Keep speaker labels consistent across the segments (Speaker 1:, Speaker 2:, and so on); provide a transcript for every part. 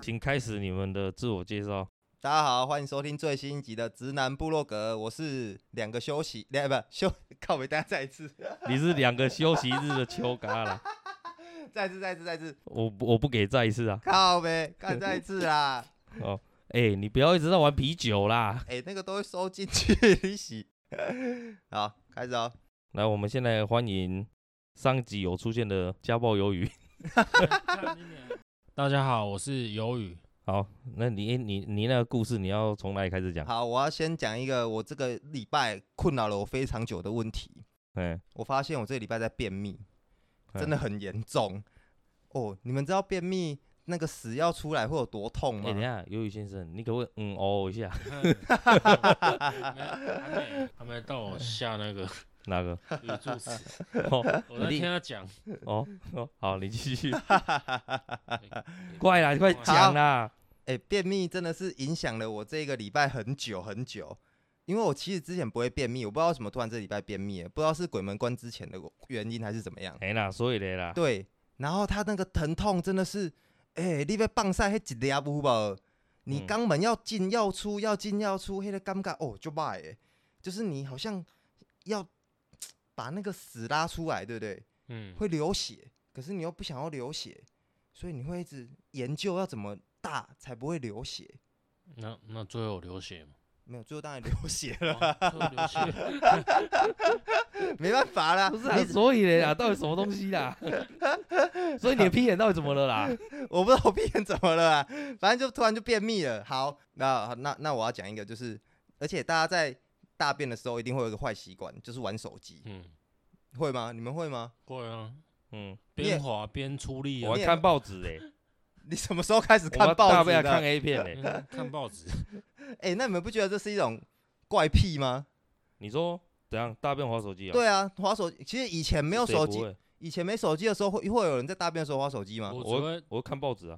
Speaker 1: 请开始你们的自我介绍。
Speaker 2: 大家好，欢迎收听最新一集的《直男部落格》，我是两个休息，两不休， 靠北，大家再一次，
Speaker 1: 你是两个休息日的秋嘎啦，
Speaker 2: 再一次，再一次，再一次，
Speaker 1: 我不我不给再一次啊！
Speaker 2: 靠北，干再一次啦！
Speaker 1: 哦，哎、你不要一直在玩啤酒啦。
Speaker 2: 哎、那个都会收进去，你洗。 好，开始哦。
Speaker 1: 来，我们现在欢迎上集有出现的家暴鱿鱼。
Speaker 3: 大家好，我是鱿鱼。
Speaker 1: 好，那你你你那个故事你要从哪里开始讲？
Speaker 2: 好，我要先讲一个我这个礼拜困扰了我非常久的问题。
Speaker 1: 哎，
Speaker 2: 我发现我这个礼拜在便秘，
Speaker 1: 哎
Speaker 2: 真的很严重。哦，你们知道便秘那个屎要出来会有多痛
Speaker 1: 哎、
Speaker 2: 吗？
Speaker 1: 等一下，鱿鱼先生，你可不可以嗯哦一下？
Speaker 3: 还没还没到我下那个
Speaker 1: 哪个？
Speaker 3: 语助词，
Speaker 1: 哦
Speaker 3: 我在听他讲。
Speaker 1: 哦哦，好，你继续，快啦，快
Speaker 3: 好
Speaker 1: 讲啦。
Speaker 2: 哎、便秘真的是影响了我这个礼拜很久很久，因为我其实之前不会便秘，我不知道为什么突然这礼拜便秘了，不知道是鬼门关之前的原因还是怎么样。
Speaker 1: 哎、啦，所以嘞啦，
Speaker 2: 对，然后他那个疼痛真的是，哎、你被棒晒迄一粒有无？你
Speaker 1: 嗯
Speaker 2: 肛门要进要出，要进要出，迄、个尴尬哦，就歹诶，就是你好像要把那个屎拉出来，对不对？
Speaker 3: 嗯，
Speaker 2: 会流血，可是你又不想要流血，所以你会一直研究要怎么大才不会流血。
Speaker 3: 那那最后有流血 吗？
Speaker 2: 没有，最后当然流血了，
Speaker 3: 哦最后流血，
Speaker 2: 没办法 啦。
Speaker 1: 不是、啊，
Speaker 2: 你
Speaker 1: 所以嘞啦，到底什么东西啦？所以你的屁眼到底怎么了啦？
Speaker 2: 我不知道我屁眼怎么了啊，反正就突然就便秘了。好，那那那我要讲一个，就是而且大家在大便的时候一定会有一个坏习惯，就是玩手机，
Speaker 3: 嗯，
Speaker 2: 会吗？你们会吗？
Speaker 3: 会啊，
Speaker 1: 嗯，
Speaker 2: 你也
Speaker 3: 边滑边出力
Speaker 1: 我
Speaker 3: 啊
Speaker 1: 还。看报纸 哎、
Speaker 2: 你什么时候开始
Speaker 1: 我们
Speaker 2: 看报
Speaker 1: 大
Speaker 2: 纸
Speaker 1: 便还
Speaker 2: 的？
Speaker 1: 看
Speaker 2: 哎、
Speaker 1: A 片欸嘞、
Speaker 3: 嗯看报 纸，
Speaker 2: 那你们不觉得这是一种怪癖吗？
Speaker 1: 你说怎样？大便划手机啊？，
Speaker 2: 对啊，滑手其实以前没有手机，
Speaker 1: 会，
Speaker 2: 以前没手机的时候会会有人在大便的时候滑手机吗？
Speaker 3: 我
Speaker 1: 我
Speaker 3: 只会
Speaker 1: 我会看报纸啊，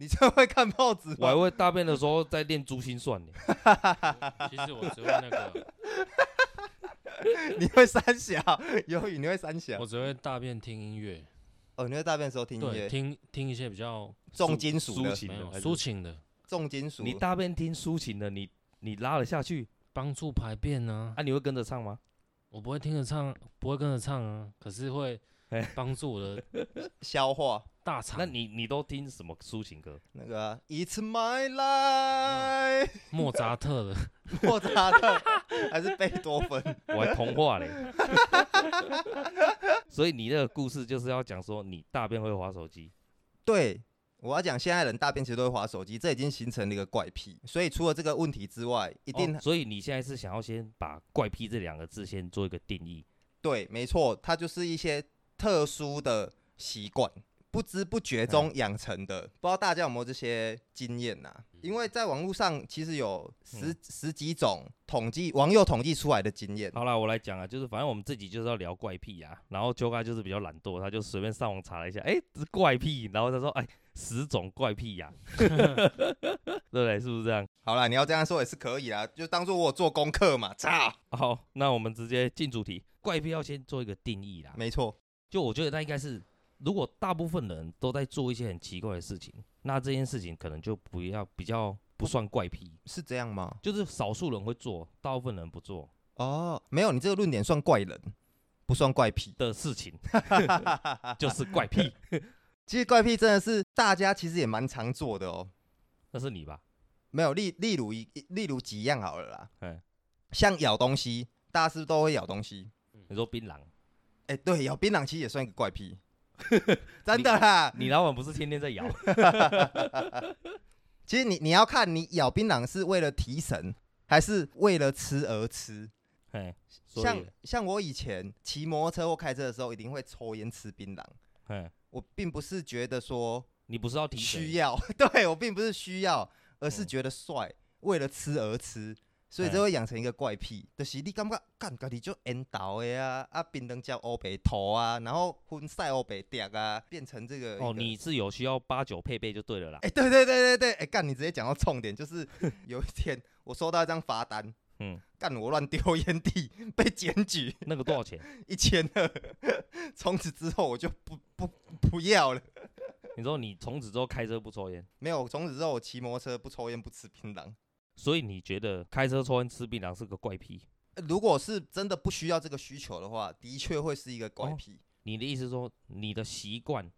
Speaker 2: 你真的会看报纸
Speaker 1: 我还
Speaker 2: 吗？
Speaker 1: 会大便的时候在练珠心算呢、
Speaker 3: 其实我只会那 个，
Speaker 2: 你会三小， 由于你会三小
Speaker 3: 我只会大便听音乐，
Speaker 2: 哦，你会大便的时候听音
Speaker 3: 对，
Speaker 2: 乐，
Speaker 3: 听听一些比较
Speaker 2: 重金属
Speaker 1: 抒
Speaker 2: 的，
Speaker 1: 情
Speaker 3: 没有
Speaker 1: 的，还是
Speaker 3: 抒情的，
Speaker 2: 重金属，
Speaker 1: 你大便听抒情的，你你拉了下去，
Speaker 3: 帮助排便呢。
Speaker 1: 啊，你会跟着唱吗？
Speaker 3: 我不会听着唱，不会跟着唱啊，可是 会
Speaker 1: 哎
Speaker 3: 帮助我的
Speaker 2: 消化。
Speaker 3: 大肠。
Speaker 1: 那你你都听什么抒情歌？
Speaker 2: 那个啊 It's My Life，
Speaker 3: 莫扎特的，
Speaker 2: 莫扎特还是贝多芬？
Speaker 1: 我还童话嘞。所以你那个故事就是要讲说你大便会划手机，
Speaker 2: 对，我要讲现在人大便其实都会划手机，这已经形成了一个怪癖。所以除了这个问题之外，一
Speaker 1: 一
Speaker 2: 定、
Speaker 1: 哦所以你现在是想要先把“怪癖”这两个字先做一个定义。
Speaker 2: 对，没错，它就是一些特殊的习惯，不知不觉中养成的。不知道大家有没有这些经验呐、因为在网络上其实有十、十几种统计网友统计出来的经验。
Speaker 1: 好啦，我来讲啊，就是反正我们自己就是要聊怪癖啊。然后 Joga 就是比较懒惰，他就随便上网查了一下，哎、这是怪癖。然后他说，哎、十种怪癖呀、对不对？是不是这样？
Speaker 2: 好啦，你要这样说也是可以啦，就当做我有做功课嘛。操，
Speaker 1: 好，那我们直接进主题。怪癖要先做一个定义啦。
Speaker 2: 没错，
Speaker 1: 就我觉得那应该是，如果大部分人都在做一些很奇怪的事情，那这件事情可能就不要比较不算怪癖，
Speaker 2: 是这样吗？
Speaker 1: 就是少数人会做，大部分人不做
Speaker 2: 哦，没有，你这个论点算怪人，不算怪癖。
Speaker 1: 的事情， 就是怪癖。
Speaker 2: 其实怪癖真的是大家其实也蛮常做的哦。
Speaker 1: 那是你吧？
Speaker 2: 没有，例例如一例如几样好了啦
Speaker 1: 嗯，
Speaker 2: 像咬东西，大家是不是都会咬东西？
Speaker 1: 你说槟榔。
Speaker 2: 哎、对，咬槟榔其实也算一个 怪癖，真的啦。
Speaker 1: 你老板不是天天在 咬？
Speaker 2: 其实你你要看你咬槟榔是为了提神，还是为了吃而吃。
Speaker 1: 哎，所
Speaker 2: 像
Speaker 1: 以，
Speaker 2: 像我以前骑摩托车或开车的时候，一定会抽烟吃槟榔。
Speaker 1: 哎，
Speaker 2: 我并不是觉得说
Speaker 1: 你不是要提
Speaker 2: 需
Speaker 1: 神？
Speaker 2: 要， 对我并不是需要，而是
Speaker 1: 嗯
Speaker 2: 觉得帅，为了吃而吃，所以这
Speaker 1: 嘿
Speaker 2: 会养成一个怪癖，就是你感觉干家己就缘投的啊，啊槟榔叫乌白头啊，然后婚晒乌白掉啊，变成这个一
Speaker 1: 哦，
Speaker 2: 个
Speaker 1: 你是有需要八九配备就对了啦。
Speaker 2: 哎、对对对对对，哎、干你直接讲到重点，就是有一天我收到一张罚单，
Speaker 1: 嗯，
Speaker 2: 干我乱丢烟蒂 被检举
Speaker 1: 那个多少钱？
Speaker 2: 一千二， 从此之后我就不不不要了。
Speaker 1: 你说你从此之后开车不抽烟，
Speaker 2: 没有，从此之后我骑摩托车不抽烟不吃槟榔。
Speaker 1: 所以你觉得开车抽烟吃槟榔是个怪癖？
Speaker 2: 呃如果是真的不需要这个需求的话，的确会是一个怪
Speaker 1: 哦
Speaker 2: 癖。
Speaker 1: 你的意思说你的习惯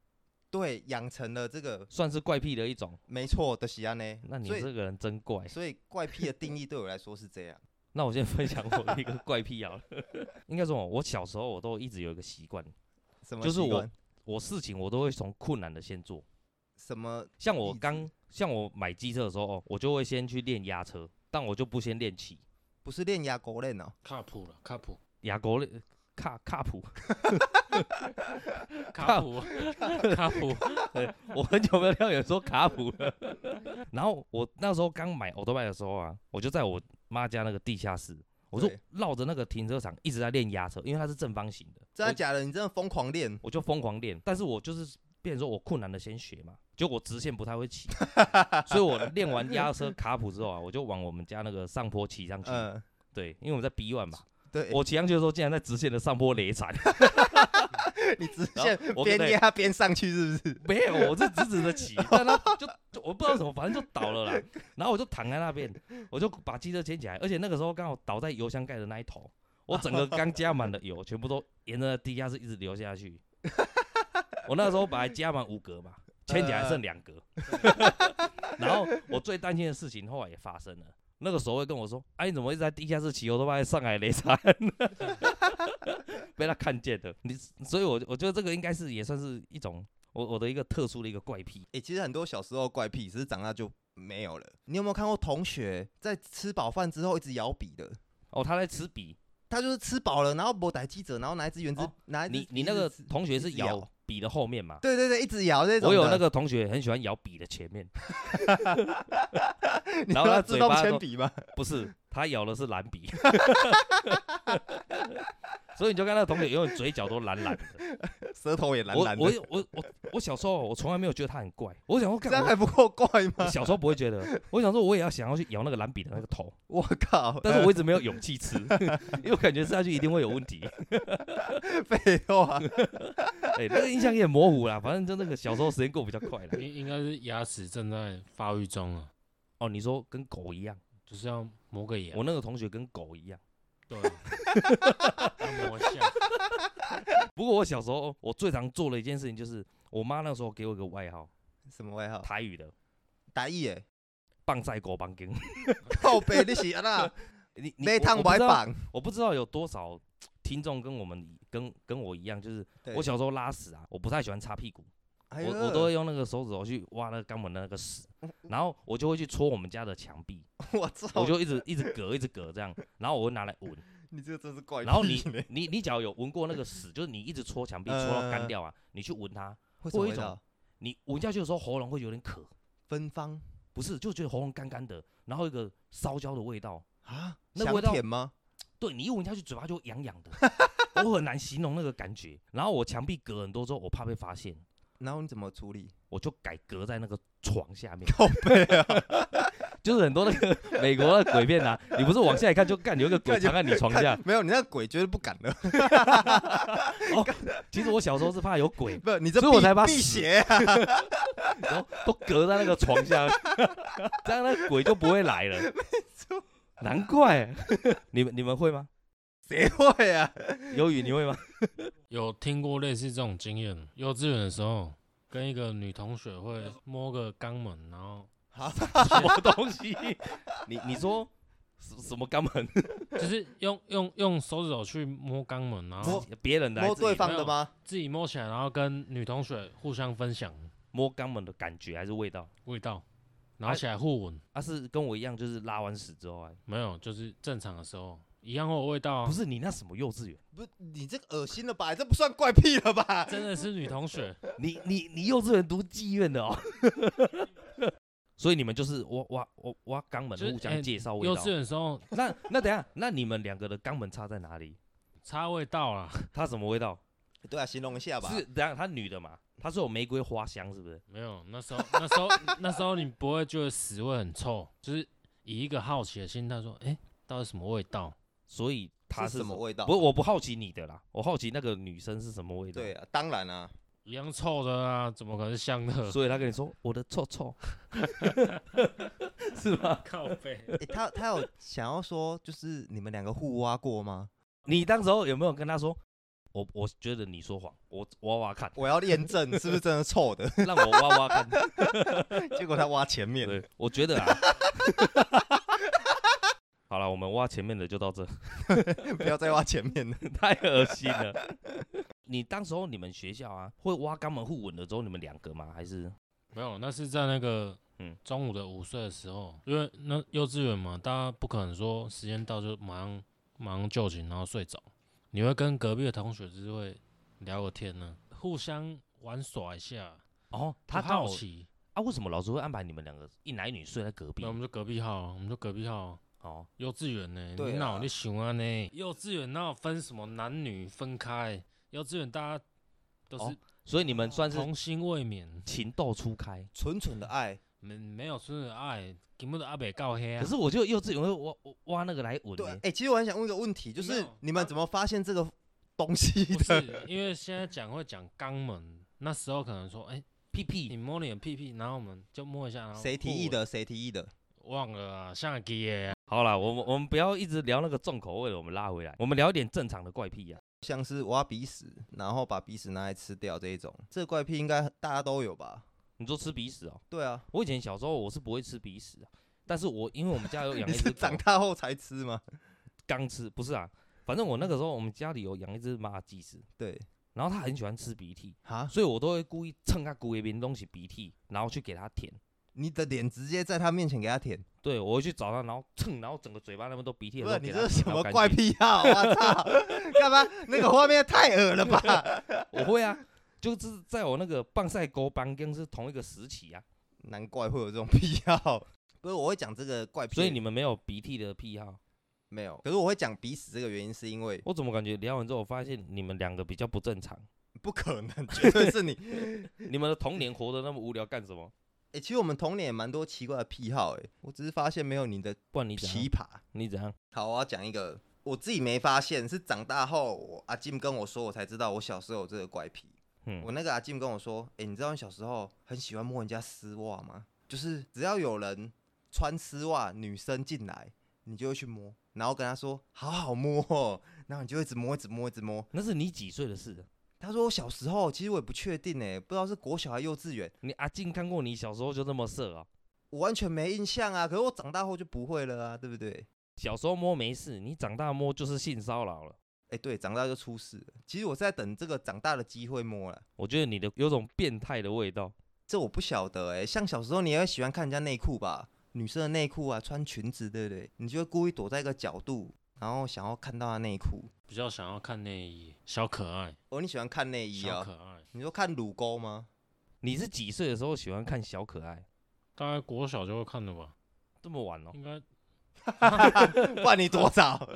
Speaker 2: 对，养成了这个
Speaker 1: 算是怪癖的一种？
Speaker 2: 没错的喜安呢。
Speaker 1: 那你
Speaker 2: 所以
Speaker 1: 这个人真怪。
Speaker 2: 所以怪癖的定义对我来说是这样。
Speaker 1: 那我先分享我的一个怪癖好了， 应该说我小时候我都一直有一个习惯，
Speaker 2: 什么
Speaker 1: 就是我
Speaker 2: 习惯
Speaker 1: 我事情我都会从困难的先做。
Speaker 2: 什么
Speaker 1: 像我
Speaker 2: 例子
Speaker 1: 刚像我买机车的时候，哦，我就会先去练压车，但我就不先练骑
Speaker 2: 不是练牙狗练哦，
Speaker 3: 靠谱了，靠谱，
Speaker 1: 雅国类卡卡 普。
Speaker 3: 靠谱，靠谱，
Speaker 1: 我很久没有听到有人说卡普了。 然后我那时候刚买 o 多 b 的时候啊，我就在我妈家那个地下室，我就
Speaker 2: 对
Speaker 1: 绕着那个停车场一直在练压车，因为它是正方形的，
Speaker 2: 真的
Speaker 1: 我
Speaker 2: 假的？你真的疯狂练，
Speaker 1: 我就疯狂练，但是我就是变成说我困难的先学嘛，结果直线不太会 骑，所以我练完压车卡普之后啊，我就往我们家那个上坡骑上去。
Speaker 2: 嗯，
Speaker 1: 对，因为我们在 B one 嘛，
Speaker 2: 对，
Speaker 1: 我骑上去的时候竟然在直线的上坡雷惨，
Speaker 2: 你直
Speaker 1: 然后
Speaker 2: 线
Speaker 1: 我
Speaker 2: 边
Speaker 1: 对
Speaker 2: 压边上去是不是？
Speaker 1: 没有，我是直直的 骑，但他就就我不知道怎么，反正就倒了啦。然后我就躺在那边，我就把机车捡起来，而且那个时候刚好倒在油箱盖的那一头，我整个刚加满的油，全部都沿着地下室一直流下去。我那时候本来加满五格嘛，牵起来剩两格。然后我最担心的事情后来也发生了，那个时候会跟我说：“哎、你怎么一直在地下室骑？我都怕上海雷惨。” 被他看见的，你所以我，我觉得这个应该是也算是一种我我的一个特殊的一个怪癖。
Speaker 2: 诶，其实很多小时候的怪癖，只是长大就没有了。你有没有看过同学在吃饱饭之后一直摇笔的？
Speaker 1: 哦，他在吃笔，
Speaker 2: 他就是吃饱了，然后不逮记者，然后拿一支圆珠，
Speaker 1: 哦
Speaker 2: 哎拿一支
Speaker 1: 你你
Speaker 2: 笔
Speaker 1: 那个
Speaker 2: 一直
Speaker 1: 同学
Speaker 2: 一
Speaker 1: 是
Speaker 2: 直
Speaker 1: 咬
Speaker 2: 咬
Speaker 1: 笔的后面嘛？
Speaker 2: 对对对，一直摇 这种
Speaker 1: 我有
Speaker 2: 的
Speaker 1: 那，个同学很喜欢咬笔的前面，
Speaker 2: 你
Speaker 1: 然后
Speaker 2: 说
Speaker 1: 他
Speaker 2: 自
Speaker 1: 嘴
Speaker 2: 动
Speaker 1: 巴
Speaker 2: 铅
Speaker 1: 都
Speaker 2: 笔吗？
Speaker 1: 不是他咬的是蓝笔，所以你就看那个同学永远嘴角都蓝蓝的。
Speaker 2: 舌头也蓝蓝
Speaker 1: 我
Speaker 2: 的，
Speaker 1: 我我我我小时候我从来没有觉得他很怪，我想说
Speaker 2: 这
Speaker 1: 干
Speaker 2: 样
Speaker 1: 我
Speaker 2: 还不够怪
Speaker 1: 我
Speaker 2: 吗？
Speaker 1: 小时候不会觉得，我想说我也要想要去咬那个蓝笔的那个头，
Speaker 2: 我靠！
Speaker 1: 但是我一直没有勇气吃， 因为我感觉吃下去一定会有问题。
Speaker 2: 废话，
Speaker 1: 哎、那个印象也模糊啦，反正就那个小时候时间过比较快啦。
Speaker 3: 应应该是牙齿正在发育中啊，
Speaker 1: 哦，你说跟狗一样，
Speaker 3: 就是要磨个牙
Speaker 1: 我，那个同学跟狗一样。
Speaker 3: 对啊， 要磨一下，
Speaker 1: 不过我小时候我最常做的一件事情就是，我妈那时候给我一个外号，
Speaker 2: 什么外号？
Speaker 1: 台语的
Speaker 2: 打意 耶，
Speaker 1: 棒赛狗棒根。
Speaker 2: 靠背你是啊啦，
Speaker 1: 你你
Speaker 2: 那
Speaker 1: 我
Speaker 2: 趟
Speaker 1: 我不
Speaker 2: 白
Speaker 1: 知道
Speaker 2: 绑，
Speaker 1: 我不知道有多少听众跟我们一跟跟我一样，就是
Speaker 2: 对
Speaker 1: 我小时候拉屎啊，我不太喜欢擦屁股，
Speaker 2: 哎
Speaker 1: 我
Speaker 2: 呦嗯
Speaker 1: 我都会用那个手指头去挖那个肛门的那个屎，然后我就会去戳我们家的墙壁，
Speaker 2: 我操！
Speaker 1: 我就一直一直隔一直隔这样，然后我会拿来闻，
Speaker 2: 你这个真是怪癖呢，
Speaker 1: 然后你你你只要有闻过那个屎，就是你一直戳墙壁戳到
Speaker 2: 嗯嗯
Speaker 1: 干
Speaker 2: 嗯
Speaker 1: 掉啊，你去闻它，
Speaker 2: 会什么
Speaker 1: 会有一
Speaker 2: 味
Speaker 1: 种
Speaker 2: 道？
Speaker 1: 你闻下去的时候喉咙会有点渴，
Speaker 2: 芬芳
Speaker 1: 不是就觉得喉咙干干的，然后一个烧焦的味道，
Speaker 2: 啊，
Speaker 1: 那
Speaker 2: 香
Speaker 1: 味道
Speaker 2: 甜吗？
Speaker 1: 对你一闻下去，嘴巴就痒 痒的，我很难形容那个感觉。然后我墙壁隔很多之后，我怕被发现，
Speaker 2: 然后你怎么处理？
Speaker 1: 我就改隔在那个床下面，
Speaker 2: 靠背啊，
Speaker 1: 就是很多那个美国的鬼片啊，你不是往下一看就干有一个鬼
Speaker 2: 看见
Speaker 1: 藏在你床下
Speaker 2: 看。没有，你那鬼绝对不敢了，
Speaker 1: 其实我小时候是怕有鬼，
Speaker 2: 不，你这
Speaker 1: 所以我
Speaker 2: 辟
Speaker 1: 才把它
Speaker 2: 辟
Speaker 1: 死
Speaker 2: 邪啊，
Speaker 1: 然后都隔在那个床下，这样那鬼就不会来了。难怪 你们你们会吗？
Speaker 2: 谁会啊？
Speaker 1: 忧宇你会吗？
Speaker 3: 有听过类似这种经验？幼稚园的时候，跟一个女同学会摸个肛门，然后
Speaker 1: 什么东西？ 你你说什什么肛门？
Speaker 3: 就是用用用手指头去摸肛门，然后
Speaker 2: 摸
Speaker 1: 别人的还
Speaker 2: 摸
Speaker 1: 是自己
Speaker 2: 对
Speaker 1: 的
Speaker 2: 方的吗？
Speaker 3: 自己摸起来，然后跟女同学互相分享
Speaker 1: 摸肛门的感觉还是味道？
Speaker 3: 味道，然后起来互闻，
Speaker 1: 啊，是跟我一样，就是拉完屎之后啊，
Speaker 3: 没有，就是正常的时候一样会有味道啊。
Speaker 1: 不是你那什么幼稚园？
Speaker 2: 不，你这个恶心了吧？这不算怪癖了吧？
Speaker 3: 真的是女同学，
Speaker 1: 你你你幼稚园读妓院的哦。 所以你们就是挖挖挖挖肛门，
Speaker 3: 就是
Speaker 1: 互相
Speaker 3: 哎
Speaker 1: 介绍味
Speaker 3: 幼
Speaker 1: 道
Speaker 3: 稚。园的时候
Speaker 1: 那那等一下，那你们两个的肛门差在哪里？
Speaker 3: 擦味道啦，
Speaker 1: 它什么味道？
Speaker 2: 对啊，形容一下吧。
Speaker 1: 是等一下她女的嘛？她是有玫瑰花香是不是？
Speaker 3: 没有，那时候 那时候那时候你不会觉得屎味很臭，就是以一个好奇的心态说，哎、到底什么味道？
Speaker 1: 所以它
Speaker 2: 是
Speaker 1: 是
Speaker 2: 什么味道？
Speaker 1: 不是，我不好奇你的啦，我好奇那个女生是什么味道。
Speaker 2: 对，啊，当然啊，
Speaker 3: 一样臭的啊，怎么可能是香 的？
Speaker 1: 所以他跟你说我的臭臭，是吧？
Speaker 3: 靠背，
Speaker 2: 诶他他有想要说，就是你们两个互挖过吗？，
Speaker 1: 你当时候有没有跟他说？我我觉得你说谎，我挖挖看
Speaker 2: 我要验证是不是真的臭的，
Speaker 1: 让我挖挖看。
Speaker 2: 结果他挖前面
Speaker 1: 对，我觉得啊， 好了，我们挖前面的就到这，
Speaker 2: 不要再挖前面了。
Speaker 1: 太恶心了。你当时候你们学校啊，会挖肛门互吻的时候，你们两个吗？还是
Speaker 3: 没有，那是在那个
Speaker 1: 嗯
Speaker 3: 中午的午睡的时候，因为那幼稚园嘛，大家不可能说时间到就马上马上就寝，然后睡着。你会跟隔壁的同学就是会聊个天呢，互相玩耍一下。
Speaker 1: 哦，他
Speaker 3: 好
Speaker 1: 好
Speaker 3: 奇，
Speaker 1: 啊，为什么老师会安排你们两个一男一女睡在隔壁
Speaker 3: 那？我们就隔壁号啊，我们就隔壁号啊。
Speaker 1: 哦，
Speaker 3: 幼稚园呢、
Speaker 2: 对啊
Speaker 3: 你脑你想啊呢？幼稚园哪有分什么男女分开？幼稚园大家都
Speaker 1: 哦
Speaker 3: 是
Speaker 1: 所以你们算是
Speaker 3: 童心未泯，
Speaker 1: 情窦初开。
Speaker 2: 纯纯的爱，
Speaker 3: 没、没有纯纯的爱，根本都阿北告黑啊。
Speaker 1: 可是我就幼稚园会挖挖那个来吻、
Speaker 2: 对，
Speaker 1: 欸
Speaker 2: 哎、，其实我很想问一个问题，就
Speaker 3: 没
Speaker 2: 是
Speaker 3: 有
Speaker 2: 你们怎么发现这个东西
Speaker 3: 不
Speaker 2: 的？
Speaker 3: 是因为现在讲会讲肛门，那时候可能说，哎、
Speaker 1: 屁
Speaker 3: 你
Speaker 1: 屁
Speaker 3: 摸你的屁屁，然后我们就摸一下。然后
Speaker 2: 谁提议
Speaker 3: 互
Speaker 2: 的？谁提议的？
Speaker 3: 吻？忘了啊，下个耶、
Speaker 1: 好啦，我们我们不要一直聊那个重口味了，我们拉回来，我们聊一点正常的怪癖呀、啊
Speaker 2: 像是挖鼻屎，然后把鼻屎拿来吃掉这一种，这怪癖应该大家都有吧？
Speaker 1: 你说吃鼻屎哦？
Speaker 2: 对啊，
Speaker 1: 我以前小时候我是不会吃鼻屎啊，但是我因为我们家有养
Speaker 2: 你
Speaker 1: 一只
Speaker 2: 是
Speaker 1: 狗
Speaker 2: 长大后才吃吗？
Speaker 1: 刚吃，不是啊，反正我那个时候我们家里有养一只马尔济斯，
Speaker 2: 对，
Speaker 1: 然后它很喜欢吃鼻涕，
Speaker 2: 哈，
Speaker 1: 所以我都会故意蹭它骨一边东西鼻涕，然后去给它舔。
Speaker 2: 你的脸直接在他面前给他舔，
Speaker 1: 对，我会去找它，然后蹭，然后整个嘴巴那边都鼻涕的
Speaker 2: 不
Speaker 1: 时候给它舔
Speaker 2: 是你这是什
Speaker 1: 然后
Speaker 2: 么
Speaker 1: 干
Speaker 2: 怪
Speaker 1: 净？
Speaker 2: 癖好？ 我操，干嘛？那个画面太恶了吧？
Speaker 1: 我会啊，就是在我那个棒赛沟班跟是同一个时期啊，
Speaker 2: 难怪会有这种癖好。不是，我会讲这个怪癖，
Speaker 1: 所以你们没有鼻涕的癖好。
Speaker 2: 没有。可是我会讲鼻屎这个原因，是因为
Speaker 1: 我怎么感觉聊完之后，我发现你们两个比较不正 常，
Speaker 2: 不可能，绝对是你。
Speaker 1: 你们的童年活得那么无聊干什么？
Speaker 2: 哎、其实我们童年也蛮多奇怪的癖好、欸，哎，我只是发现没有你的
Speaker 1: 不然你怎
Speaker 2: 奇
Speaker 1: 样？
Speaker 2: 葩。
Speaker 1: 你怎样？
Speaker 2: 好，我要讲一个，我自己没发现，是长大后我阿金跟我说，我才知道我小时候有这个怪癖。我
Speaker 1: 嗯，
Speaker 2: 那个阿金跟我说，哎、你知道你小时候很喜欢摸人家丝袜吗？就是只要有人穿丝袜，女生进来，你就会去摸，然后跟他说好好摸、哦，然后你就一直摸，一直摸，一直摸。
Speaker 1: 那是你几岁的事？
Speaker 2: 他说我小时候其实我也不确定哎、不知道是国小还幼稚园，
Speaker 1: 你阿静看过你小时候就那么色啊、
Speaker 2: 我完全没印象啊。可是我长大后就不会了啊，对不对？
Speaker 1: 小时候摸没事，你长大摸就是性骚扰了。
Speaker 2: 哎、对，长大就出事了。其实我是在等这个长大的机会摸了。
Speaker 1: 我觉得你的有种变态的味道。
Speaker 2: 这我不晓得哎、像小时候你也会喜欢看人家内裤吧？女生的内裤啊，穿裙子对不对？你就会故意躲在一个角度，然后想要看到她内裤。
Speaker 3: 比较想要看内衣，小可爱，
Speaker 2: 哦，你喜欢看内衣
Speaker 3: 小
Speaker 2: 啊？
Speaker 3: 可爱。
Speaker 2: 你说看乳沟吗？
Speaker 1: 你是几岁的时候喜欢看小可爱？
Speaker 3: 大概国小就会看的吧，
Speaker 1: 这么晚哦、
Speaker 3: 应该
Speaker 2: 不然你多少？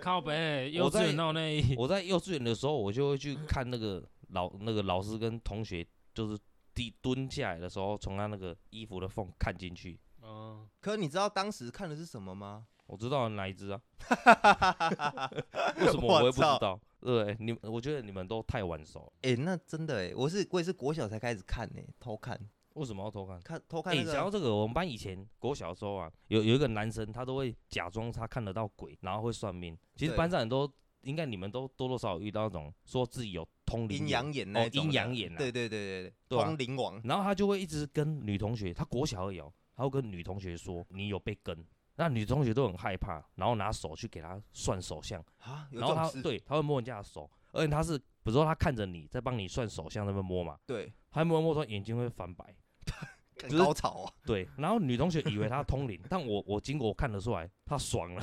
Speaker 3: 靠北幼稚园闹内衣，
Speaker 1: 我在幼稚园的时候，我就会去看那个 老那个老师跟同学，就是地蹲下来的时候，从他那个衣服的缝看进去。
Speaker 3: 嗯，
Speaker 2: 可你知道当时看的是什么吗？ 欸
Speaker 1: 我知道哪一只啊？ 为什么我会不知
Speaker 2: 我操
Speaker 1: 道？对，你们我觉得你们都太晚熟了，
Speaker 2: 哎、那真的哎、我是我也是国小才开始看呢、偷看
Speaker 1: 为什么要偷看？
Speaker 2: 看偷看
Speaker 1: 哎、
Speaker 2: 那
Speaker 1: 讲到
Speaker 2: 个。
Speaker 1: 这个，我们班以前国小的时候啊，有有一个男生，他都会假装他看得到鬼，然后会算命。其实
Speaker 2: 对
Speaker 1: 班上很多，应该你们都多多少少有遇到那种说自己有通灵
Speaker 2: 阴
Speaker 1: 眼
Speaker 2: 阳眼那一种的，
Speaker 1: 阴阳眼啊
Speaker 2: 对对对对
Speaker 1: 对啊
Speaker 2: 通灵王，
Speaker 1: 然后他就会一直跟女同学，他国小而已哦，他会跟女同学说你有被跟，那女同学都很害怕，然后拿手去给他算手相，
Speaker 2: 啊，有
Speaker 1: 然后
Speaker 2: 这种
Speaker 1: 他
Speaker 2: 事，
Speaker 1: 对他会摸人家的手，而且他是比如说他看着你在帮你算手相那边摸嘛，
Speaker 2: 对，
Speaker 1: 他摸一摸说眼睛会翻 白，
Speaker 2: 更
Speaker 1: 就是
Speaker 2: 高潮啊，
Speaker 1: 对，然后女同学以为他通灵，但我我经过我看得出来他爽了，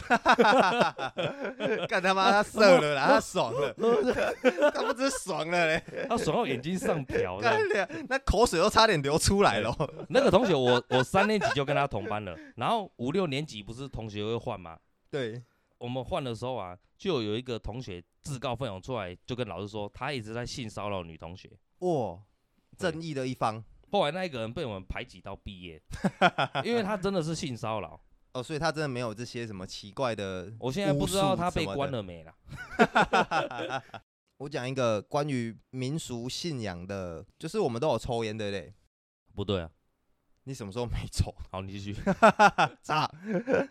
Speaker 2: 干他妈他射了啦，他爽了， 他不只是爽了嘞，
Speaker 1: 他爽到眼睛上瓢这样
Speaker 2: 干了，那口水都差点流出来了。
Speaker 1: 那个同学我我三年级就跟他同班了，然后五六年级不是同学会换吗？
Speaker 2: 对，
Speaker 1: 我们换的时候啊，就有一个同学自告奋勇出来，就跟老师说他一直在性骚扰女同学。
Speaker 2: 哇，
Speaker 1: 对
Speaker 2: 正义的一方，
Speaker 1: 后来那一个人被我们排挤到毕业，因为他真的是性骚扰。
Speaker 2: 哦，所以他真的没有这些什么奇怪的。
Speaker 1: 我现在不知道他被关
Speaker 2: 了。
Speaker 1: 了没啦。
Speaker 2: 我讲一个关于民俗信仰的，就是我们都有抽烟，对不对？
Speaker 1: 不对啊，
Speaker 2: 你什么时候没抽？
Speaker 1: 好，你继续。
Speaker 2: 炸！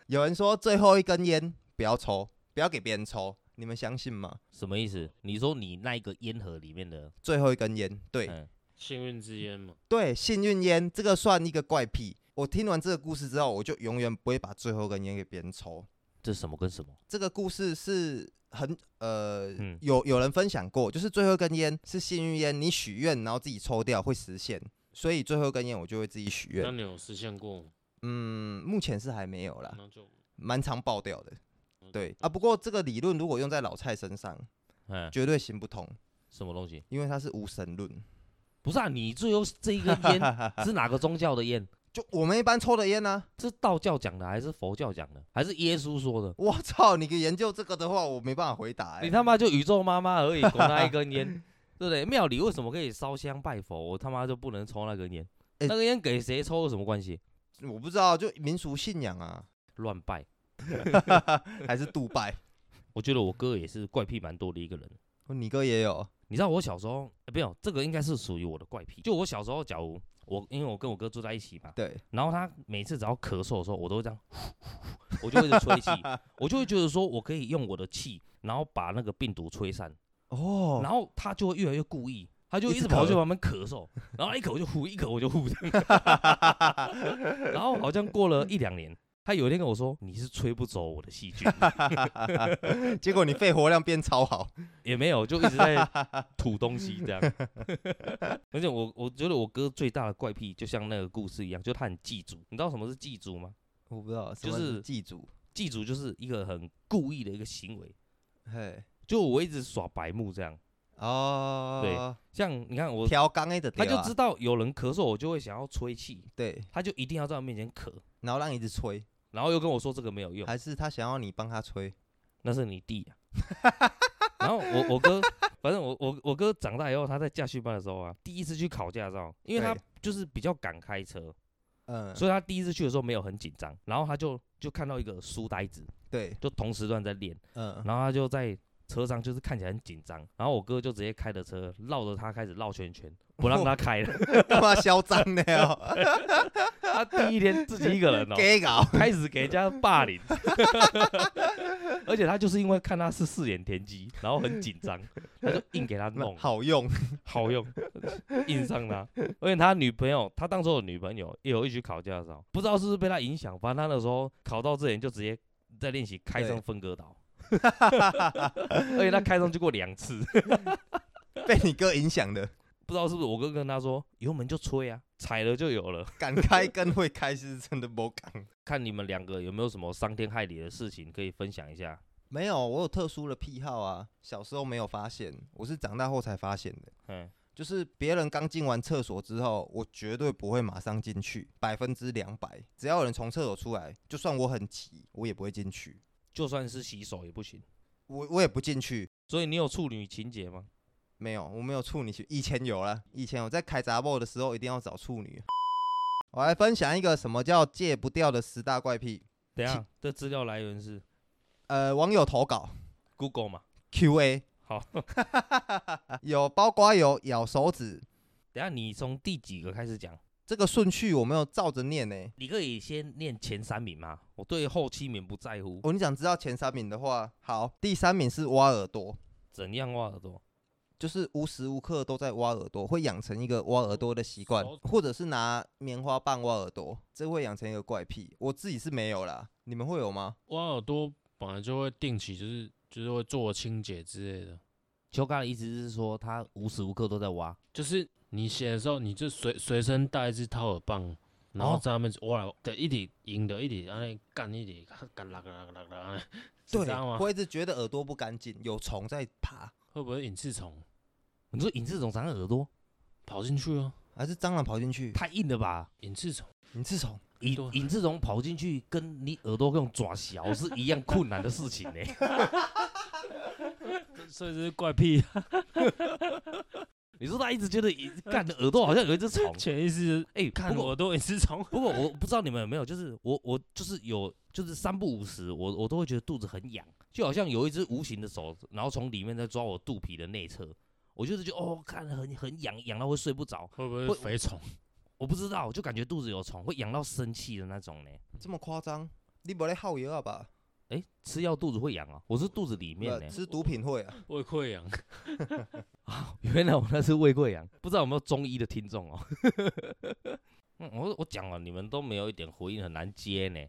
Speaker 2: 有人说最后一根烟不要抽，不要给别人抽，你们相信吗？
Speaker 1: 什么意思？你说你那一个烟盒里面的，
Speaker 2: 最后一根烟，对、
Speaker 1: 嗯，
Speaker 3: 幸运之烟嘛，
Speaker 2: 对，幸运烟这个算一个怪癖。我听完这个故事之后，我就永远不会把最后一根烟给别人抽。
Speaker 1: 这什么跟什么？
Speaker 2: 这个故事是很呃，
Speaker 1: 嗯
Speaker 2: 有有人分享过，就是最后一根烟是幸运烟，你许愿然后自己抽掉会实现，所以最后一根烟我就会自己许
Speaker 3: 那
Speaker 2: 愿。
Speaker 3: 你有实现过吗？
Speaker 2: 嗯，目前是还没有啦，
Speaker 3: 那就
Speaker 2: 蛮常爆掉的。对啊，不过这个理论如果用在老蔡身上，
Speaker 1: 嗯，
Speaker 2: 绝对行不通，
Speaker 1: 什么东西？
Speaker 2: 因为它是无神论。
Speaker 1: 不是啊，你最后这一根烟是哪个宗教的烟？
Speaker 2: 就我们一般抽的烟呢、
Speaker 1: 是道教讲的，还是佛教讲的，还是耶稣说的？
Speaker 2: 我操，你研究这个的话，我没办法回答、欸。
Speaker 1: 你他妈就宇宙妈妈而已，管那一根 烟，对不对？庙里为什么可以烧香拜佛，我他妈就不能抽那根烟？
Speaker 2: 欸
Speaker 1: 那根烟给谁抽有什么关系？
Speaker 2: 我不知道，就民俗信仰啊，
Speaker 1: 乱拜。
Speaker 2: 还是杜拜？
Speaker 1: 我觉得我哥也是怪癖蛮多的一个人。
Speaker 2: 你哥也有，
Speaker 1: 你知道我小时候，欸、没有这个应该是属于我的怪癖。就我小时候，假如我因为我跟我哥住在一起嘛，
Speaker 2: 对，
Speaker 1: 然后他每次只要咳嗽的时候，我都会这样， 我就会一直 吹气，我就会觉得说我可以用我的气，然后把那个病毒吹散。
Speaker 2: 哦，
Speaker 1: 然后他就会越来越故意，他就
Speaker 2: 一
Speaker 1: 一
Speaker 2: 直
Speaker 1: 直跑去
Speaker 2: 咳
Speaker 1: 旁边咳嗽，然后一口我就呼，一口我就呼， 然后好像过了一两年，他有一天跟我说：“你是吹不走我的细菌。
Speaker 2: 结果你肺活量变超好，”
Speaker 1: 也没有，就一直在吐东西这样。 而且我我觉得我哥最大的怪癖，就像那个故事一样，就他很祭祖。你知道什么是祭祖吗？
Speaker 2: 我不知道，
Speaker 1: 就
Speaker 2: 什么
Speaker 1: 是
Speaker 2: 祭祖，
Speaker 1: 祭祖就是一个很故意的一个行为，
Speaker 2: 嘿，
Speaker 1: 就我一直耍白目这样。
Speaker 2: 哦，
Speaker 1: 像你看我，
Speaker 2: 调缸的，
Speaker 1: 他就知道有人咳嗽，我就会想要吹气，
Speaker 2: 对，
Speaker 1: 他就一定要在我面前咳。
Speaker 2: 然后让你一直吹，
Speaker 1: 然后又跟我说这个没有用，
Speaker 2: 还是他想要你帮他吹？
Speaker 1: 那是你弟啊。 然后我我哥，反正我我我哥长大以后，他在驾训班的时候啊，第一次去考驾照，因为他
Speaker 2: 对
Speaker 1: 就是比较敢开车，
Speaker 2: 嗯，
Speaker 1: 所以他第一次去的时候没有很紧张，然后他就就看到一个书呆子，
Speaker 2: 对，
Speaker 1: 就同时段在练，
Speaker 2: 嗯，
Speaker 1: 然后他就在车上就是看起来很紧张，然后我哥就直接开着车绕着他开始绕圈圈，不让他开 了。
Speaker 2: 干嘛嚣张的哦？
Speaker 1: 他第一天自己一个人哦，
Speaker 2: 给搞，
Speaker 1: 开始给人家霸凌， 而且他就是因为看他是四眼田鸡，然后很紧张，他就硬给他弄，
Speaker 2: 好用，
Speaker 1: 好用， 硬上他。而且他女朋友，他当时的女朋友也有一起考驾照，不知道是不是被他影响，反正他那时候考到之前就直接在练习开上
Speaker 2: 对
Speaker 1: 分割 岛， 而且他开上去过两次，
Speaker 2: 被你哥影响的，
Speaker 1: 不知道是不是我哥跟他说油门就吹啊，踩了就有了。
Speaker 2: 敢开跟会开是真的不敢。
Speaker 1: 看你们两个有没有什么伤天害理的事情可以分享一下？
Speaker 2: 没有，我有特殊的癖好啊，小时候没有发现，我是长大后才发现的。
Speaker 1: 嗯，
Speaker 2: 就是别人刚进完厕所之后，我绝对不会马上进去，百分之两百。只要有人从厕所出来，就算我很急，我也不会进去，
Speaker 1: 就算是洗手也不行。
Speaker 2: 我我也不进去。
Speaker 1: 所以你有处女情节吗？
Speaker 2: 没有，我没有处女情，以前有了，以前我在开杂货的时候一定要找处女。我来分享一个什么叫戒不掉的十大怪癖，
Speaker 1: 等一下，这资料来源是
Speaker 2: 呃，网友投稿
Speaker 1: Google 嘛？
Speaker 2: Q&A，
Speaker 1: 好，
Speaker 2: 有包括有咬手指，
Speaker 1: 等一下你从第几个开始讲？
Speaker 2: 这个顺序我没有照着念呢、
Speaker 1: 你可以先念前三名吗？我对后七名不在乎。
Speaker 2: 哦，你想知道前三名的话，好，第三名是挖耳朵，
Speaker 1: 怎样挖耳朵？
Speaker 2: 就是无时无刻都在挖耳朵，会养成一个挖耳朵的习惯
Speaker 3: 手，
Speaker 2: 或者是拿棉花棒挖耳朵，这会养成一个怪癖。我自己是没有啦，你们会有吗？
Speaker 3: 挖耳朵本来就会定期就是就是会做清洁之类的，
Speaker 1: 秋咖的意思是说他无时无刻都在挖，
Speaker 3: 就是你写的时候你就随随身带一支掏耳棒，然后
Speaker 1: 哦
Speaker 3: 在那边挖了，对，一直赢的，一直安尼干一直啊干啦啦啦啦啦啦，啊是
Speaker 2: 对
Speaker 3: 这样，吗？
Speaker 2: 会一直觉得耳朵不干净，有虫在爬，
Speaker 3: 会不会隐翅虫
Speaker 1: 你说影子总长耳朵
Speaker 3: 跑进去啊？
Speaker 2: 还是蟑螂跑进去？
Speaker 1: 太硬了吧？
Speaker 3: 隐翅虫
Speaker 2: 你是虫，
Speaker 1: 影
Speaker 3: 对啊
Speaker 1: 影子总跑进去跟你耳朵用爪小是一样困难的事情 呢、
Speaker 3: 所以这是怪癖，
Speaker 1: 你你说他一直觉得一干的耳朵好像有一只虫，
Speaker 3: 潜意识
Speaker 1: 哎、不
Speaker 3: 看
Speaker 1: 过
Speaker 3: 我都也是从
Speaker 1: 不过我不知道你们有没有，就是我我就是有就是三不五时，我我都会觉得肚子很痒，就好像有一只无形的手，然后从里面在抓我肚皮的内侧，我就是觉得哦，看很很痒，痒到会睡不着，
Speaker 3: 会不会
Speaker 1: 会
Speaker 3: 是肥虫？
Speaker 1: 我不知道，就感觉肚子有虫，会痒到生气的那种呢。
Speaker 2: 这么夸张？你不来耗药吧？
Speaker 1: 哎、吃药肚子会痒啊，我是肚子里面呢
Speaker 2: 不，吃毒品会啊？
Speaker 3: 胃溃疡，
Speaker 1: 原来我那是胃溃疡，不知道有没有中医的听众哦。 嗯，我我讲了，你们都没有一点回应，很难接呢。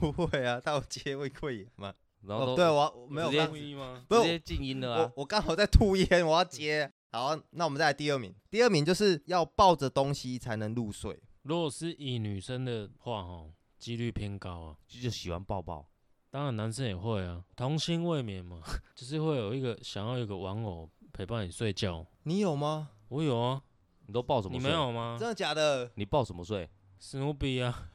Speaker 2: 不会啊，他有接胃溃疡吗？
Speaker 1: 然后都、
Speaker 2: 哦，对我我没有
Speaker 1: 直接
Speaker 2: 刚
Speaker 3: 故意吗？
Speaker 2: 不是
Speaker 1: 直接静音了
Speaker 2: 我
Speaker 1: 啊。
Speaker 2: 我刚好在吐烟，我要接。好，那我们再来第二名。第二名就是要抱着东西才能入睡。
Speaker 3: 如果是以女生的话，哦，几率偏高啊。
Speaker 1: 就就喜欢抱抱，
Speaker 3: 当然，男生也会啊，童心未泯嘛， 就是会有一个想要有个玩偶陪伴你睡觉。
Speaker 2: 你有吗？
Speaker 3: 我有啊，
Speaker 1: 你都抱什么
Speaker 3: 你
Speaker 1: 睡？
Speaker 3: 没？有
Speaker 1: 嗯
Speaker 3: 吗
Speaker 2: 真？的假的？
Speaker 1: 你抱什么睡？
Speaker 3: 史努比啊，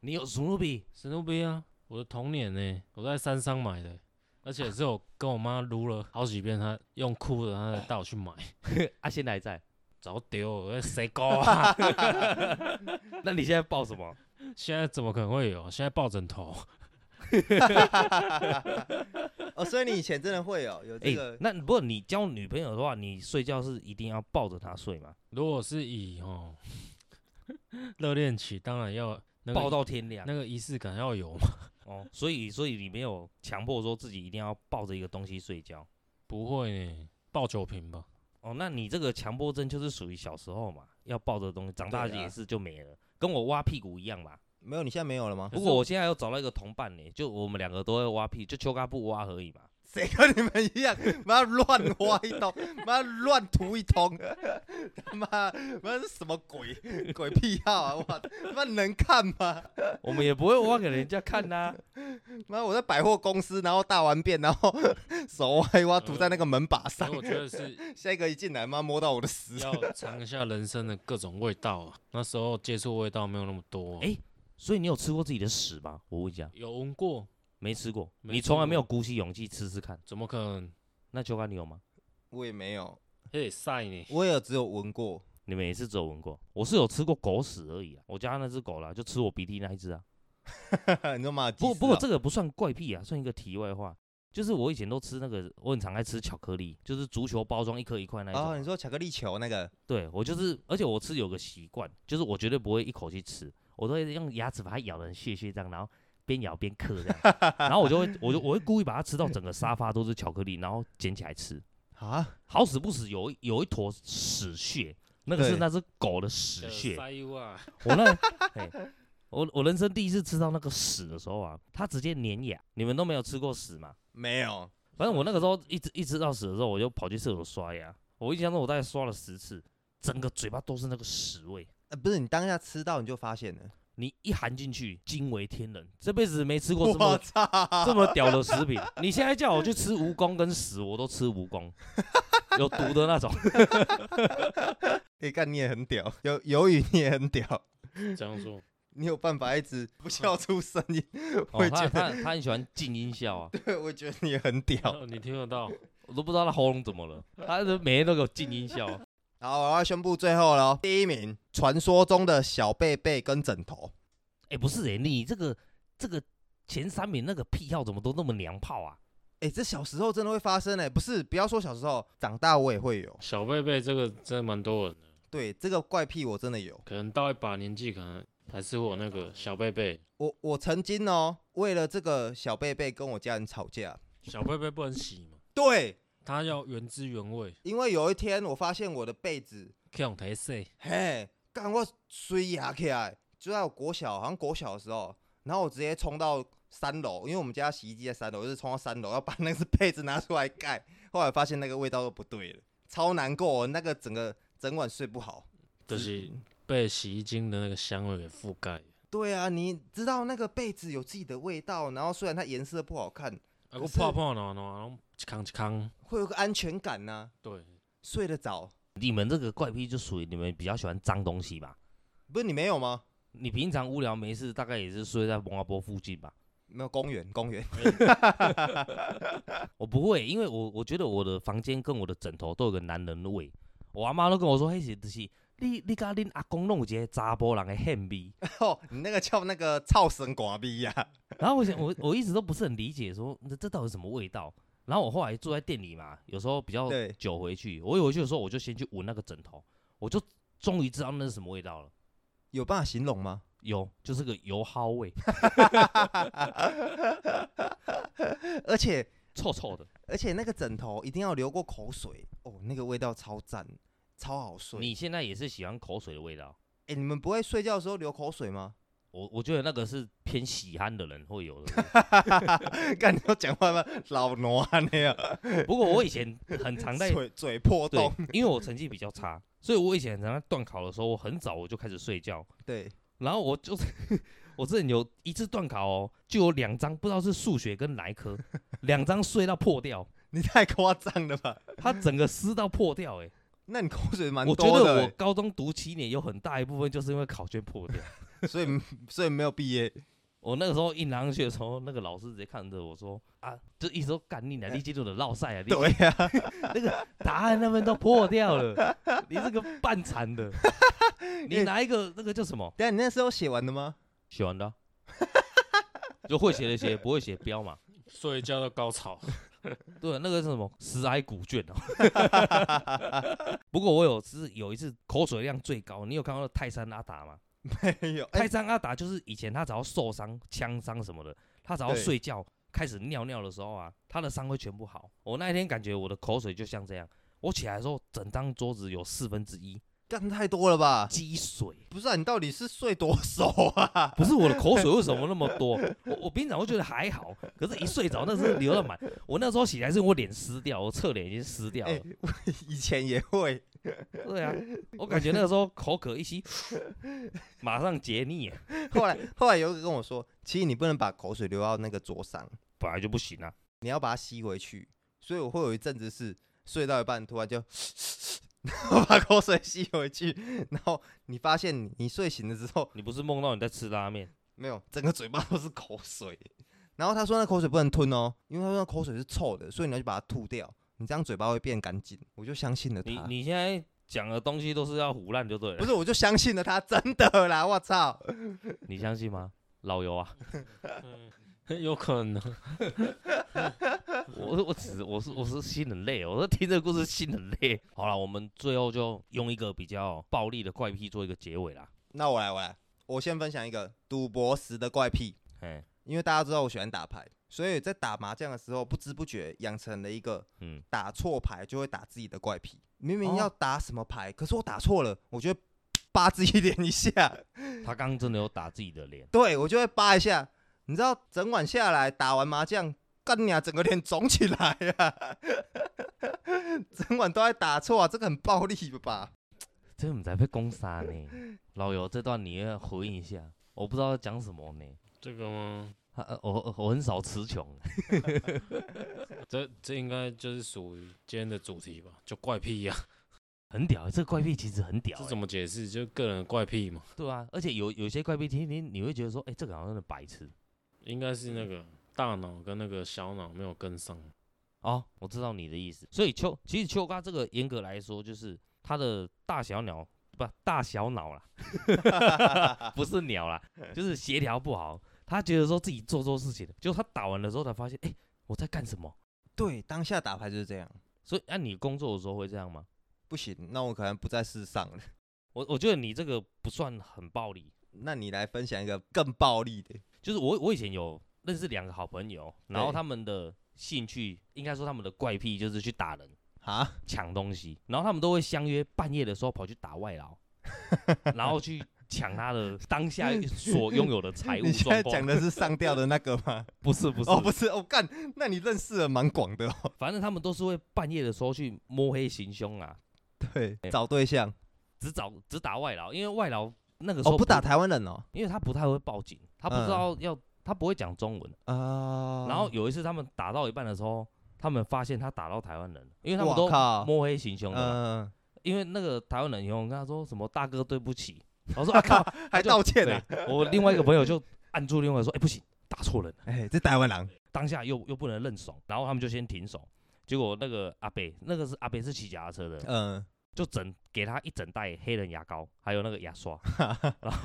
Speaker 1: 你有史努比？
Speaker 3: 史努比啊，我的童年呢、我在山上买的，而且是我跟我妈撸了 好几遍，她用哭的，她才带我去买，
Speaker 1: 啊，现在还在？
Speaker 3: 早丢了，谁高啊？
Speaker 1: 那你现在抱什 么？
Speaker 3: 现在怎么可能会有？现在抱枕头，
Speaker 2: 哦，所以你以前真的会哦有有这
Speaker 1: 哎、
Speaker 2: 个
Speaker 1: 那不过你交女朋友的话，你睡觉是一定要抱着她睡嘛？
Speaker 3: 如果是以哦热恋期，当然要那
Speaker 1: 抱
Speaker 3: 个
Speaker 1: 到天亮、
Speaker 3: 那个仪式感要有嘛，
Speaker 1: 哦。所以，所以你没有强迫说自己一定要抱着一个东西睡觉
Speaker 3: 不会呢、抱酒瓶吧。
Speaker 1: 哦。那你这个强迫症就是属于小时候嘛，要抱着东西，长大
Speaker 2: 对啊
Speaker 1: 也是就没了，跟我挖屁股一样嘛。
Speaker 2: 没有？你现在没有了吗？
Speaker 1: 不过我现在要找到一个同伴呢，就我们两个都会挖屁，就秋嘎不挖而已嘛。
Speaker 2: 谁跟你们一样，妈乱挖一通， 妈乱涂一通， 他妈妈是什么鬼 鬼癖好啊！ 我他妈能看吗？
Speaker 1: 我们也不会挖给人家看呐、
Speaker 2: 妈我在百货公司，然后大完便，然后 手挖一挖涂在那个门把
Speaker 3: 所
Speaker 2: 上
Speaker 3: 以，我觉得是
Speaker 2: 下一个一进来，妈摸到我的屎。
Speaker 3: 要尝一下人生的各种味道啊。 那时候接触味道没有那么多、
Speaker 1: 哎所以你有吃过自己的屎吗？我问一下，
Speaker 3: 有闻过？
Speaker 1: 没吃过，
Speaker 3: 没
Speaker 1: 你
Speaker 3: 吃
Speaker 1: 从来
Speaker 3: 过
Speaker 1: 没有鼓起勇气吃吃看。
Speaker 3: 怎么可能？
Speaker 1: 那秋干你有吗？
Speaker 2: 我也没有，
Speaker 3: 嘿，晒你！
Speaker 2: 我也只有闻过。
Speaker 1: 你们也是只有闻过，我是有吃过狗屎而已啊。我家那只狗啦，就吃我鼻涕那一只啊。
Speaker 2: 你说马吉斯
Speaker 1: 不
Speaker 2: 啊？
Speaker 1: 过不过这个不算怪癖啊，算一个题外话。就是我以前都吃那个，我很常爱吃巧克力，就是足球包装一颗一块那一种啊。
Speaker 2: 哦，你说巧克力球那个，
Speaker 1: 对我就是，而且我吃有个习惯，就是我绝对不会一口气吃，我都会用牙齿把它咬得很屑屑这样，然后边咬边嗑这 样，然后我就会，我就我会故意把它吃到整个沙发都是巧克力，然后捡起来吃，
Speaker 2: 啊，
Speaker 1: 好死不死有一有一坨屎屑，那个是
Speaker 2: 对
Speaker 1: 那只狗的
Speaker 3: 呃
Speaker 1: 屎屑，
Speaker 3: 塞哇！
Speaker 1: 我那 嘿我我人生第一次吃到那个屎的时候啊，它直接粘牙，你们都没有吃过屎吗？
Speaker 2: 没有，
Speaker 1: 反正我那个时候一直一吃到屎的时候，我就跑去厕所刷牙，我印象中我大概刷了十次，整个嘴巴都是那个屎味。
Speaker 2: 呃，不是你当下吃到你就发现了，
Speaker 1: 你一含进去，惊为天人，这辈子没吃过这
Speaker 2: 我
Speaker 1: 么
Speaker 2: 操，
Speaker 1: 这么屌的食品。你现在叫我去吃蜈蚣跟屎，我都吃蜈蚣，有毒的 那种。
Speaker 2: 哎，干你也很屌，有鱿鱼你也很屌，
Speaker 3: 这样 说，
Speaker 2: 你有办法一直不 笑出声音， 我
Speaker 1: 哦，
Speaker 2: 也觉
Speaker 1: 他
Speaker 2: 得，
Speaker 1: 他他很喜欢静音效啊，
Speaker 2: 对，我觉得你也很
Speaker 1: 嗯
Speaker 2: 屌。
Speaker 3: 哦你听得到？
Speaker 1: 我都不知道他喉咙怎么了，他的每天都给我静音效啊、
Speaker 2: 好，我要宣布最后了哦，第一名，传说中的小贝贝跟枕头，
Speaker 1: 哎、不是哎、你这个这个前三名那个癖好怎么都那么娘炮啊？
Speaker 2: 哎，这小时候真的会发生哎，不是，不要说小时候，长大我也会有，
Speaker 3: 小贝贝这个真的蛮多人的，
Speaker 2: 对，这个怪癖我真的有，
Speaker 3: 可能到一把年纪，可能还是我那个小贝贝。
Speaker 2: 我我曾经哦，为了这个小贝贝跟我家人吵架，
Speaker 3: 小贝贝不能洗嘛，
Speaker 2: 对，
Speaker 3: 它要原汁原味。
Speaker 2: 因为有一天我发现我的被子
Speaker 3: 用台洗，
Speaker 2: 嘿，干我水牙起来，就在我国小，好像国小的时候，然后我直接冲到三楼，因为我们家洗衣机在三楼，我就是冲到三楼要把那个被子拿出来盖，后来发现那个味道都不对了，超难过，我那个整个整晚睡不好。
Speaker 3: 就是被洗衣精的那个香味给覆盖。
Speaker 2: 对啊，你知道那个被子有自己的味道，然后虽然它颜色不好看，
Speaker 3: 啊，
Speaker 2: 可
Speaker 3: 个
Speaker 2: 是
Speaker 3: 泡泡呢，然后一康一康。
Speaker 2: 会有个安全感呐、
Speaker 3: 对，
Speaker 2: 睡得着。
Speaker 1: 你们这个怪癖就属于你们比较喜欢脏东西吧？
Speaker 2: 不是你没有吗？
Speaker 1: 你平常无聊没事，大概也是睡在蒙阿波附近吧？
Speaker 2: 没有公园，公园
Speaker 1: 我不会，因为我我觉得我的房间跟我的枕头都有个男人味。我阿妈都跟我说，迄是就是你你甲恁阿公拢有一个查甫人的恨味。
Speaker 2: 哦，你那个叫那个臭神瓜逼呀，
Speaker 1: 然后我想，我我一直都不是很理解说，那这到底什么味道？然后我后来住在店里嘛，有时候比较
Speaker 2: 对
Speaker 1: 久回去，我一回去的时候，我就先去闻那个枕头，我就终于知道那是什么味道了。
Speaker 2: 有办法形容吗？
Speaker 1: 有，就是个油蒿味，
Speaker 2: 而且
Speaker 1: 臭臭的。
Speaker 2: 而且那个枕头一定要流过口水哦，那个味道超赞，超好睡。
Speaker 1: 你现在也是喜欢口水的味道，
Speaker 2: 哎、你们不会睡觉的时候流口水吗？
Speaker 1: 我我觉得那个是偏喜憨的人会有的味道。
Speaker 2: 干，你都讲话吗？老挪那样，
Speaker 1: 不过我以前很常在
Speaker 2: 嘴嘴破
Speaker 1: 对
Speaker 2: 洞。，
Speaker 1: 因为我成绩比较差，所以我以前很常在断考的时候，我很早我就开始睡觉，
Speaker 2: 对，
Speaker 1: 然后我就是 我之前有一次断考哦，就有两张不知道是数学跟哪一 科，两张碎到破掉，
Speaker 2: 你太夸张了吧？
Speaker 1: 它整个撕到破掉、欸，
Speaker 2: 那你口水蛮
Speaker 1: 我觉
Speaker 2: 多
Speaker 1: 得
Speaker 2: 的欸
Speaker 1: 我高中读七年有很大一部分就是因为考卷破掉。
Speaker 2: 欸，所以所以没有毕业。
Speaker 1: 我那个时候一拿上去的时候，那个老师直接看着我说：“啊，就一直都干你啊， 你记住的绕赛啊，你
Speaker 2: 对呀、
Speaker 1: 那个答案那边都破掉 了，你这个半残的，你拿一个那个叫什 么
Speaker 2: 但你那时候写完的吗？
Speaker 1: 写完的啊、 就会写的写，不会写标嘛。
Speaker 3: 睡觉的高潮，
Speaker 1: 对，那个是什么十癌古卷哦。 不过我有是有一次口水量最高，你有看到泰山阿达吗？
Speaker 2: 没有，哎、
Speaker 1: 泰山阿达就是以前他只要受伤、枪伤什么的，他只要
Speaker 2: 对
Speaker 1: 睡觉开始尿尿的时候啊，他的伤会全部好。我那一天感觉我的口水就像这样，我起来的时候，整张桌子有四分之一
Speaker 2: 干太多了吧？
Speaker 1: 积水。
Speaker 2: 不是啊，你到底是睡多少啊？
Speaker 1: 不是我的口水为什么那么多？我我平常会觉得还好，可是一睡着那是流到满。我那时候起来是我脸湿掉，我侧脸已经湿掉
Speaker 2: 哎、
Speaker 1: 了。
Speaker 2: 我以前也会，
Speaker 1: 对 啊，我感觉那个时候口渴一吸，马上解腻，
Speaker 2: 后来后来有一个跟我说，其实你不能把口水流到那个桌上，
Speaker 1: 本来就不行啊。
Speaker 2: 你要把它吸回去。所以我会有一阵子是睡到一半，突然就， 然后把口水吸回去，然后你发现你睡醒了之后，
Speaker 1: 你不是梦到你在吃拉面？
Speaker 2: 没有，整个嘴巴都是口水。然后他说那口水不能吞哦，因为他说那口水是臭的，所以你要去把它吐掉，你这样嘴巴会变干净。我就相信了他，
Speaker 1: 你你现在讲的东西都是要胡乱就对
Speaker 2: 不
Speaker 1: 了，
Speaker 2: 是我就相信了他，真的啦，我操！
Speaker 1: 你相信吗？老油啊，
Speaker 3: 有可能。
Speaker 1: 我我只我是我是心很累，哦我说听这个故事心很累。好了，我们最后就用一个比较暴力的怪癖做一个结尾啦。
Speaker 2: 那我来，我来，我先分享一个赌博时的怪癖。
Speaker 1: 哎，
Speaker 2: 因为大家知道我喜欢打牌，所以在打麻将的时候，不知不觉养成了一个
Speaker 1: 嗯，
Speaker 2: 打错牌就会打自己的怪癖。明明
Speaker 1: 哦
Speaker 2: 要打什么牌，可是我打错了，我就会 扒自己脸一下，
Speaker 1: 他刚刚真的有打自己的脸，
Speaker 2: 对我就会扒一下。你知道，整晚下来打完麻将，干你啊，整个脸肿起来啊， 整晚都在打错啊，这个很暴力吧？
Speaker 1: 这我们才被攻杀呢。老油这段你要回应一下，我不知道要讲什么呢。
Speaker 3: 这个吗？
Speaker 1: 他呃我我很少词穷，
Speaker 3: 这这应该就是属于今天的主题吧？就怪癖呀、
Speaker 1: 很屌欸，这个怪癖其实很屌欸、
Speaker 3: 这怎么解释？就个人的怪癖嘛，
Speaker 1: 对啊，而且有有些怪癖听一听，你会觉得说，哎、这个好像真的白痴
Speaker 3: 应该是那个大脑跟那个小脑没有跟上。
Speaker 1: 哦。我知道你的意思，所以秋其实秋瓜这个严格来说，就是它的大小鸟不大小脑啦， 不是鸟啦，就是协调不好。他觉得说自己做错事情了，结果他打完了之后才发现，哎、我在干什么？
Speaker 2: 对，当下打牌就是这样，
Speaker 1: 所以，按、你工作的时候会这样吗？
Speaker 2: 不行，那我可能不在世上了。
Speaker 1: 我我觉得你这个不算很暴力，
Speaker 2: 那你来分享一个更暴力的，
Speaker 1: 就是我我以前有认识两个好朋友，然后
Speaker 2: 对
Speaker 1: 他们的兴趣应该说他们的怪癖就是去打人、
Speaker 2: 啊，
Speaker 1: 抢东西，然后他们都会相约半夜的时候跑去打外 劳，然后去抢他的当下所拥有的财物
Speaker 2: 你现在
Speaker 1: 状
Speaker 2: 讲
Speaker 1: 况。
Speaker 2: 的是上吊的那个吗？
Speaker 1: 不是不是，
Speaker 2: 哦，不是，哦，干，那你认识的蛮广的哦。
Speaker 1: 反正他们都是会半夜的时候去摸黑行凶啊，
Speaker 2: 对
Speaker 1: 哎，
Speaker 2: 找对象
Speaker 1: 只找只打外劳，因为外劳那个时候
Speaker 2: 哦，不打，台湾人哦
Speaker 1: 因为他不太会报警，他不知
Speaker 2: 嗯
Speaker 1: 道要、他不会讲中文。
Speaker 2: 啊。
Speaker 1: 然后有一次他们打到一半的时候，他们发现他打到台湾人了，因为他们
Speaker 2: 哇
Speaker 1: 都
Speaker 2: 靠
Speaker 1: 摸黑行凶的嘛。
Speaker 2: 嗯，
Speaker 1: 因为那个台湾人有跟他说什么“大哥对不起”，我说啊靠，
Speaker 2: 还道歉啊
Speaker 1: 对
Speaker 2: 呢。，
Speaker 1: 我另外一个朋友就按住另外一个说：“哎、不行，打错人了。
Speaker 2: 哎，这台湾人，”
Speaker 1: 当下又又不能认怂，然后他们就先停手。结果那个阿北，那个是阿北是骑脚踏车的，
Speaker 2: 嗯，
Speaker 1: 就整给他一整袋黑人牙膏，还有那个牙刷。然后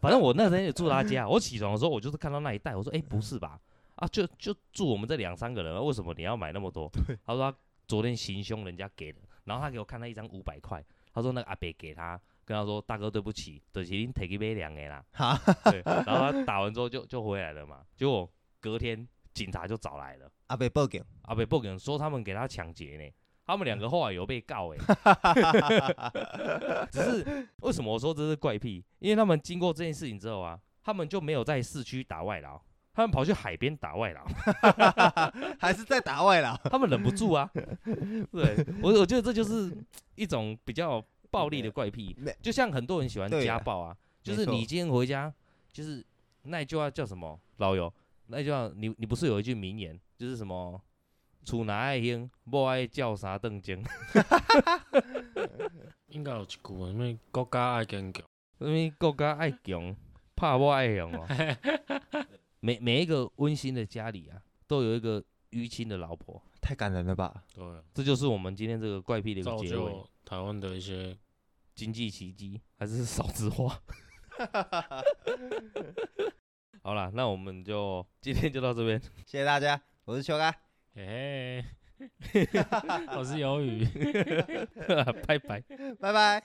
Speaker 1: 反正我那天也住他家，我起床的时候我就是看到那一袋，我说：“哎、不是吧？啊，就就住我们这两三个人，为什么你要买那么多？”他说他昨天行凶人家给的，然后他给我看了一张五百块，他说那个阿伯给他，跟他说：“大哥对不起，就是您提去买两个啦。”
Speaker 2: 哈
Speaker 1: 对，然后他打完之后就就回来了嘛，结果隔天警察就找来了。
Speaker 2: 阿伯报警，
Speaker 1: 阿啊北不肯说他们给他抢劫呢，他们两个后来有被告哎、只是为什么我说这是怪癖？因为他们经过这件事情之后啊，他们就没有在市区打外劳，他们跑去海边打外劳，
Speaker 2: 还是在打外劳？
Speaker 1: 他们忍不住 啊。对我，我觉得这就是一种比较暴力的怪癖
Speaker 2: 没，
Speaker 1: 就像很多人喜欢
Speaker 2: 对
Speaker 1: 家
Speaker 2: 啊
Speaker 1: 暴啊，就
Speaker 2: 没
Speaker 1: 是
Speaker 2: 错
Speaker 1: 你今天回家，就是那一句话叫什么？老友，那一句话你你不是有一句名言，就是什么？厝哪爱兴，某爱叫啥邓经，
Speaker 3: 应该有一句什么国家爱坚强，
Speaker 1: 什么国家爱强，怕我爱强 哦。每每一个温馨的家里啊，都有一个淤青的老婆，
Speaker 2: 太感人了吧！
Speaker 3: 对啊，
Speaker 1: 这就是我们今天这个怪癖的一个
Speaker 3: 造
Speaker 1: 结尾。
Speaker 3: 就台湾的一些
Speaker 1: 经济奇迹还是少子化。好啦，那我们就今天就到这边。
Speaker 2: 谢谢大家，我是秋哥，
Speaker 3: 嘿嘿，我是鱿鱼。
Speaker 1: 拜拜。
Speaker 2: 拜拜。